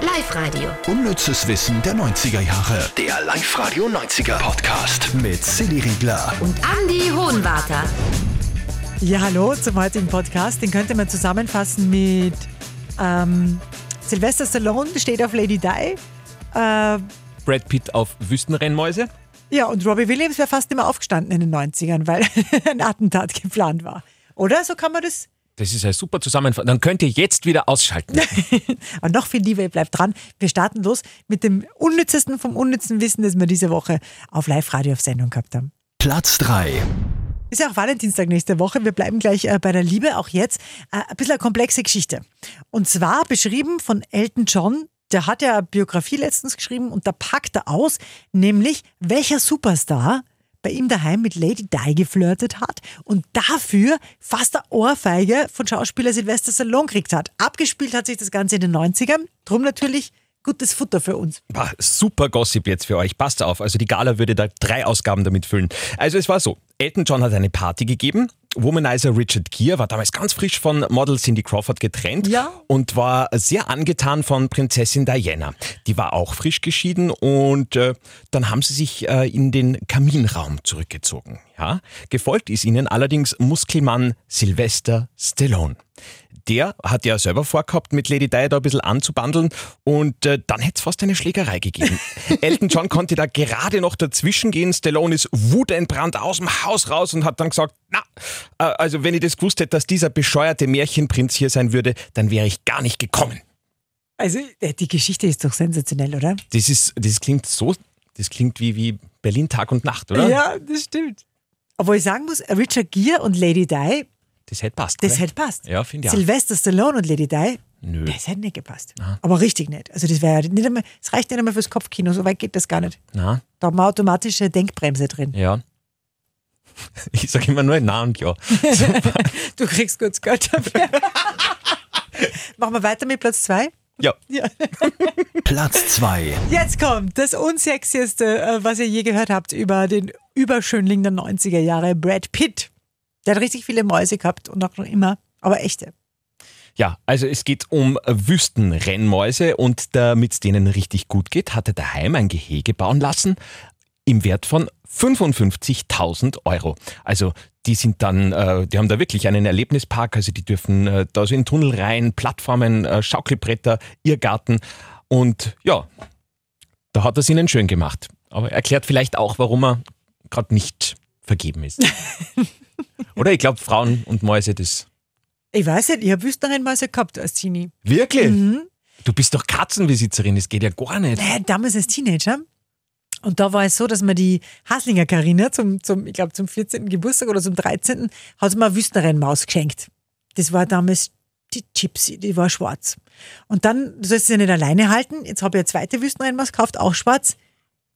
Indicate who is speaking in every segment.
Speaker 1: Live-Radio.
Speaker 2: Unnützes Wissen der 90er Jahre.
Speaker 3: Der Live-Radio 90er Podcast.
Speaker 2: Mit Silly Riegler.
Speaker 1: Und Andy Hohenwarter.
Speaker 4: Ja, hallo zum heutigen Podcast. Den könnte man zusammenfassen mit ähm, Sylvester Stallone steht auf Lady Di. Äh,
Speaker 5: Brad Pitt auf Wüstenrennmäuse.
Speaker 4: ja, und Robbie Williams wäre fast immer aufgestanden in den 90ern, weil ein Attentat geplant war. Oder? So kann man das.
Speaker 5: Das ist eine super Zusammenfassung. Dann könnt ihr jetzt wieder ausschalten.
Speaker 4: Aber noch viel lieber, ihr bleibt dran. Wir starten los mit dem unnützesten vom unnützen Wissen, das wir diese Woche auf Live-Radio auf Sendung gehabt haben.
Speaker 2: Platz 3.
Speaker 4: Ist ja auch Valentinstag nächste Woche. Wir bleiben gleich äh, bei der Liebe, auch jetzt. Äh, ein bisschen eine komplexe Geschichte. Und zwar beschrieben von Elton John. Der hat ja eine Biografie letztens geschrieben und da packt er aus, nämlich welcher Superstar bei ihm daheim mit Lady Di geflirtet hat und dafür fast eine Ohrfeige von Schauspieler Sylvester Stallone gekriegt hat. Abgespielt hat sich das Ganze in den 90ern. Drum natürlich gutes Futter für uns.
Speaker 5: Bah, super Gossip jetzt für euch. Passt auf. Also die Gala würde da drei Ausgaben damit füllen. Also es war so. Elton John hat eine Party gegeben. Womanizer Richard Gere war damals ganz frisch von Model Cindy Crawford getrennt
Speaker 4: Ja.
Speaker 5: und war sehr angetan von Prinzessin Diana. Die war auch frisch geschieden und äh, dann haben sie sich äh, in den Kaminraum zurückgezogen. Ja? Gefolgt ist ihnen allerdings Muskelmann Sylvester Stallone. Der hat ja selber vorgehabt, mit Lady Di da ein bisschen anzubandeln und äh, dann hätte es fast eine Schlägerei gegeben. Elton John konnte da gerade noch dazwischen gehen. Stallone ist wutentbrannt aus dem Haus raus und hat dann gesagt, na, äh, also wenn ich das gewusst hätte, dass dieser bescheuerte Märchenprinz hier sein würde, dann wäre ich gar nicht gekommen.
Speaker 4: Also äh, die Geschichte ist doch sensationell, oder?
Speaker 5: Das ist, das klingt so, das klingt wie, wie Berlin Tag und Nacht, oder?
Speaker 4: Ja, das stimmt. Obwohl ich sagen muss, Richard Gere und Lady Di,
Speaker 5: Das hätte passt.
Speaker 4: das
Speaker 5: gell?
Speaker 4: hätte passt.
Speaker 5: Ja, finde ich auch.
Speaker 4: Sylvester Stallone und Lady Di,
Speaker 5: Nö.
Speaker 4: das hätte nicht gepasst. Aber richtig nicht. Also das wäre ja nicht einmal, es reicht nicht einmal fürs Kopfkino, so weit geht das gar nicht.
Speaker 5: Na,
Speaker 4: Da haben wir automatische Denkbremse drin.
Speaker 5: ja. Ich sage immer nur Na und Ja.
Speaker 4: Du kriegst kurz Geld dafür. Machen wir weiter mit Platz zwei.
Speaker 5: Ja.
Speaker 2: Platz 2.
Speaker 4: Jetzt kommt das Unsexieste, äh, was ihr je gehört habt über den Überschönling der 90er Jahre, Brad Pitt. Der hat richtig viele Mäuse gehabt und auch noch immer, aber echte.
Speaker 5: Ja, also es geht um Wüstenrennmäuse und damit es denen richtig gut geht, hat er daheim ein Gehege bauen lassen im Wert von 55.000 Euro. Also die sind dann, äh, die haben da wirklich einen Erlebnispark, also die dürfen äh, da so in Tunnel rein, Plattformen, äh, Schaukelbretter, Irrgarten und ja, da hat er es ihnen schön gemacht. Aber erklärt vielleicht auch, warum er gerade nicht vergeben ist. Oder ich glaube, Frauen und Mäuse, das...
Speaker 4: Ich weiß nicht, ich habe Wüstenrennmäuse gehabt als Teenie.
Speaker 5: Wirklich?
Speaker 4: Mhm.
Speaker 5: Du bist doch Katzenbesitzerin, das geht ja gar nicht.
Speaker 4: Naja, Äh, damals als Teenager. Und da war es so, dass man die Haslinger Karina zum, zum ich glaube, zum 14. Geburtstag oder zum 13. hat man eine Wüstenrennmaus geschenkt. Das war damals die Gypsy, die war schwarz. Und dann, du sollst sie ja nicht alleine halten. Jetzt habe ich eine zweite Wüstenrennmaus gekauft, auch schwarz.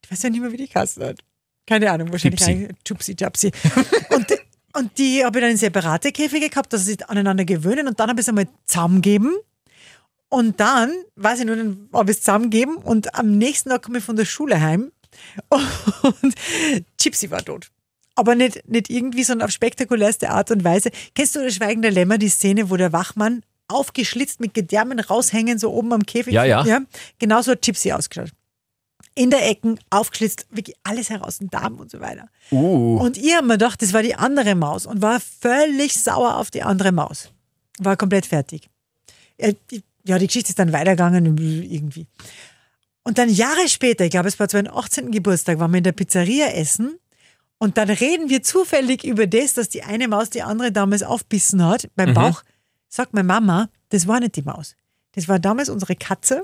Speaker 4: Ich weiß ja nicht mehr, wie die Kasse hat. Keine Ahnung, wahrscheinlich
Speaker 5: Gypsy.
Speaker 4: eine Gypsy, Gypsy. und, und die habe ich dann in separate Käfige gehabt, dass sie sich aneinander gewöhnen. Und dann habe ich es einmal zusammengeben. Und dann, weiß ich nur, nicht, ob ich es zusammengeben und am nächsten Tag komme ich von der Schule heim und Gypsy war tot. Aber nicht, nicht irgendwie, sondern auf spektakulärste Art und Weise. Kennst du das Schweigen der Lämmer, die Szene, wo der Wachmann aufgeschlitzt mit Gedärmen raushängen, so oben am Käfig?
Speaker 5: Ja, ja.
Speaker 4: ja genau so hat Gypsy ausgeschaut. In der Ecken, aufgeschlitzt, wirklich alles heraus, ein Darm und so weiter.
Speaker 5: Uh.
Speaker 4: Und ich habe mir gedacht, das war die andere Maus und war völlig sauer auf die andere Maus. War komplett fertig. Ja, die- Ja, die Geschichte ist dann weitergegangen irgendwie. Und dann Jahre später, ich glaube, es war zu meinem 18. Geburtstag, waren wir in der Pizzeria essen und dann reden wir zufällig über das, dass die eine Maus die andere damals aufbissen hat beim Bauch. Sagt meine Mama, das war nicht die Maus. Das war damals unsere Katze,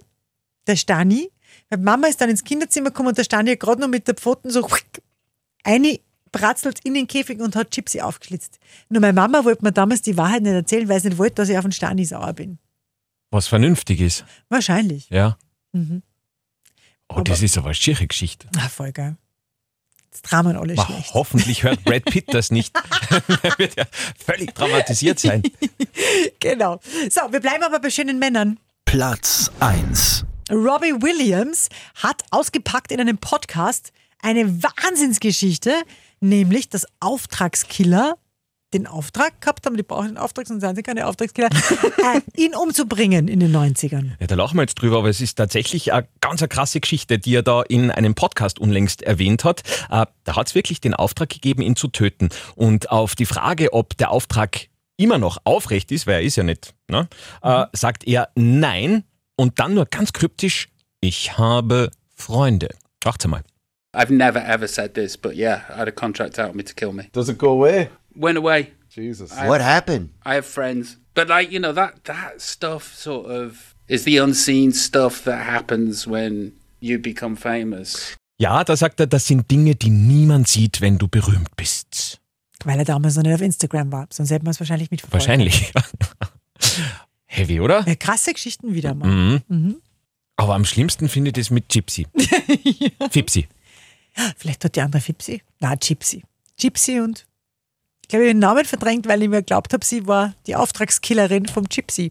Speaker 4: der Stani. Meine Mama ist dann ins Kinderzimmer gekommen und der Stani hat gerade noch mit der Pfoten so eine bratzelt in den Käfig und hat Gypsy aufgeschlitzt. Nur meine Mama wollte mir damals die Wahrheit nicht erzählen, weil sie nicht wollte, dass ich auf den Stani sauer bin.
Speaker 5: Was vernünftig ist,
Speaker 4: Wahrscheinlich.
Speaker 5: ja.
Speaker 4: Mhm.
Speaker 5: Oh, das ist aber eine schiere Geschichte.
Speaker 4: Ah, voll geil. Das Dramen alle
Speaker 5: Ma,
Speaker 4: schlecht.
Speaker 5: hoffentlich hört Brad Pitt das nicht. er wird ja völlig traumatisiert sein.
Speaker 4: Genau. So, wir bleiben aber bei schönen Männern.
Speaker 2: Platz 1.
Speaker 4: Robbie Williams hat ausgepackt in einem Podcast eine Wahnsinnsgeschichte, nämlich dass Auftragskiller den Auftrag gehabt haben, die brauchen den Auftrag, sonst sind sie keine Auftragskiller, äh, ihn umzubringen in den 90ern.
Speaker 5: Ja, da lachen wir jetzt drüber, aber es ist tatsächlich eine ganz eine krasse Geschichte, die er da in einem Podcast unlängst erwähnt hat. Äh, Da hat es wirklich den Auftrag gegeben, ihn zu töten. Und auf die Frage, ob der Auftrag immer noch aufrecht ist, weil er ist ja nicht, ne, äh, sagt er nein und dann nur ganz kryptisch, ich habe Freunde. Schaut's mal.
Speaker 6: I've never ever said this, but yeah, I had a contract out on me to kill me.
Speaker 7: Does it go away?
Speaker 6: Went away.
Speaker 7: Jesus.
Speaker 8: What happened?
Speaker 6: I have friends, but like you know that that stuff sort of is the unseen stuff that happens when you become famous.
Speaker 5: Ja, da sagt er, das sind Dinge, die niemand sieht, wenn du berühmt bist.
Speaker 4: Weil er damals noch nicht auf Instagram war, sonst hätten wir es wahrscheinlich mitverfolgt.
Speaker 5: Wahrscheinlich. Heavy, oder?
Speaker 4: Ja, krasse Geschichten wieder mal.
Speaker 5: Mhm. Aber am schlimmsten finde ich das mit Gypsy. Fipsi.
Speaker 4: Vielleicht tut die andere Fipsi. Na, Gypsy. Gypsy und ich glaube, ich habe den Namen verdrängt, weil ich mir geglaubt habe, sie war die Auftragskillerin vom Gypsy.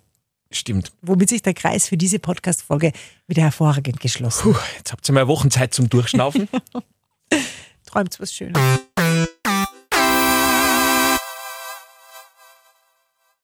Speaker 5: Stimmt.
Speaker 4: Womit sich der Kreis für diese Podcast-Folge wieder hervorragend geschlossen
Speaker 5: Puh, jetzt habt ihr mal Wochenzeit zum Durchschnaufen.
Speaker 4: Träumt was Schönes.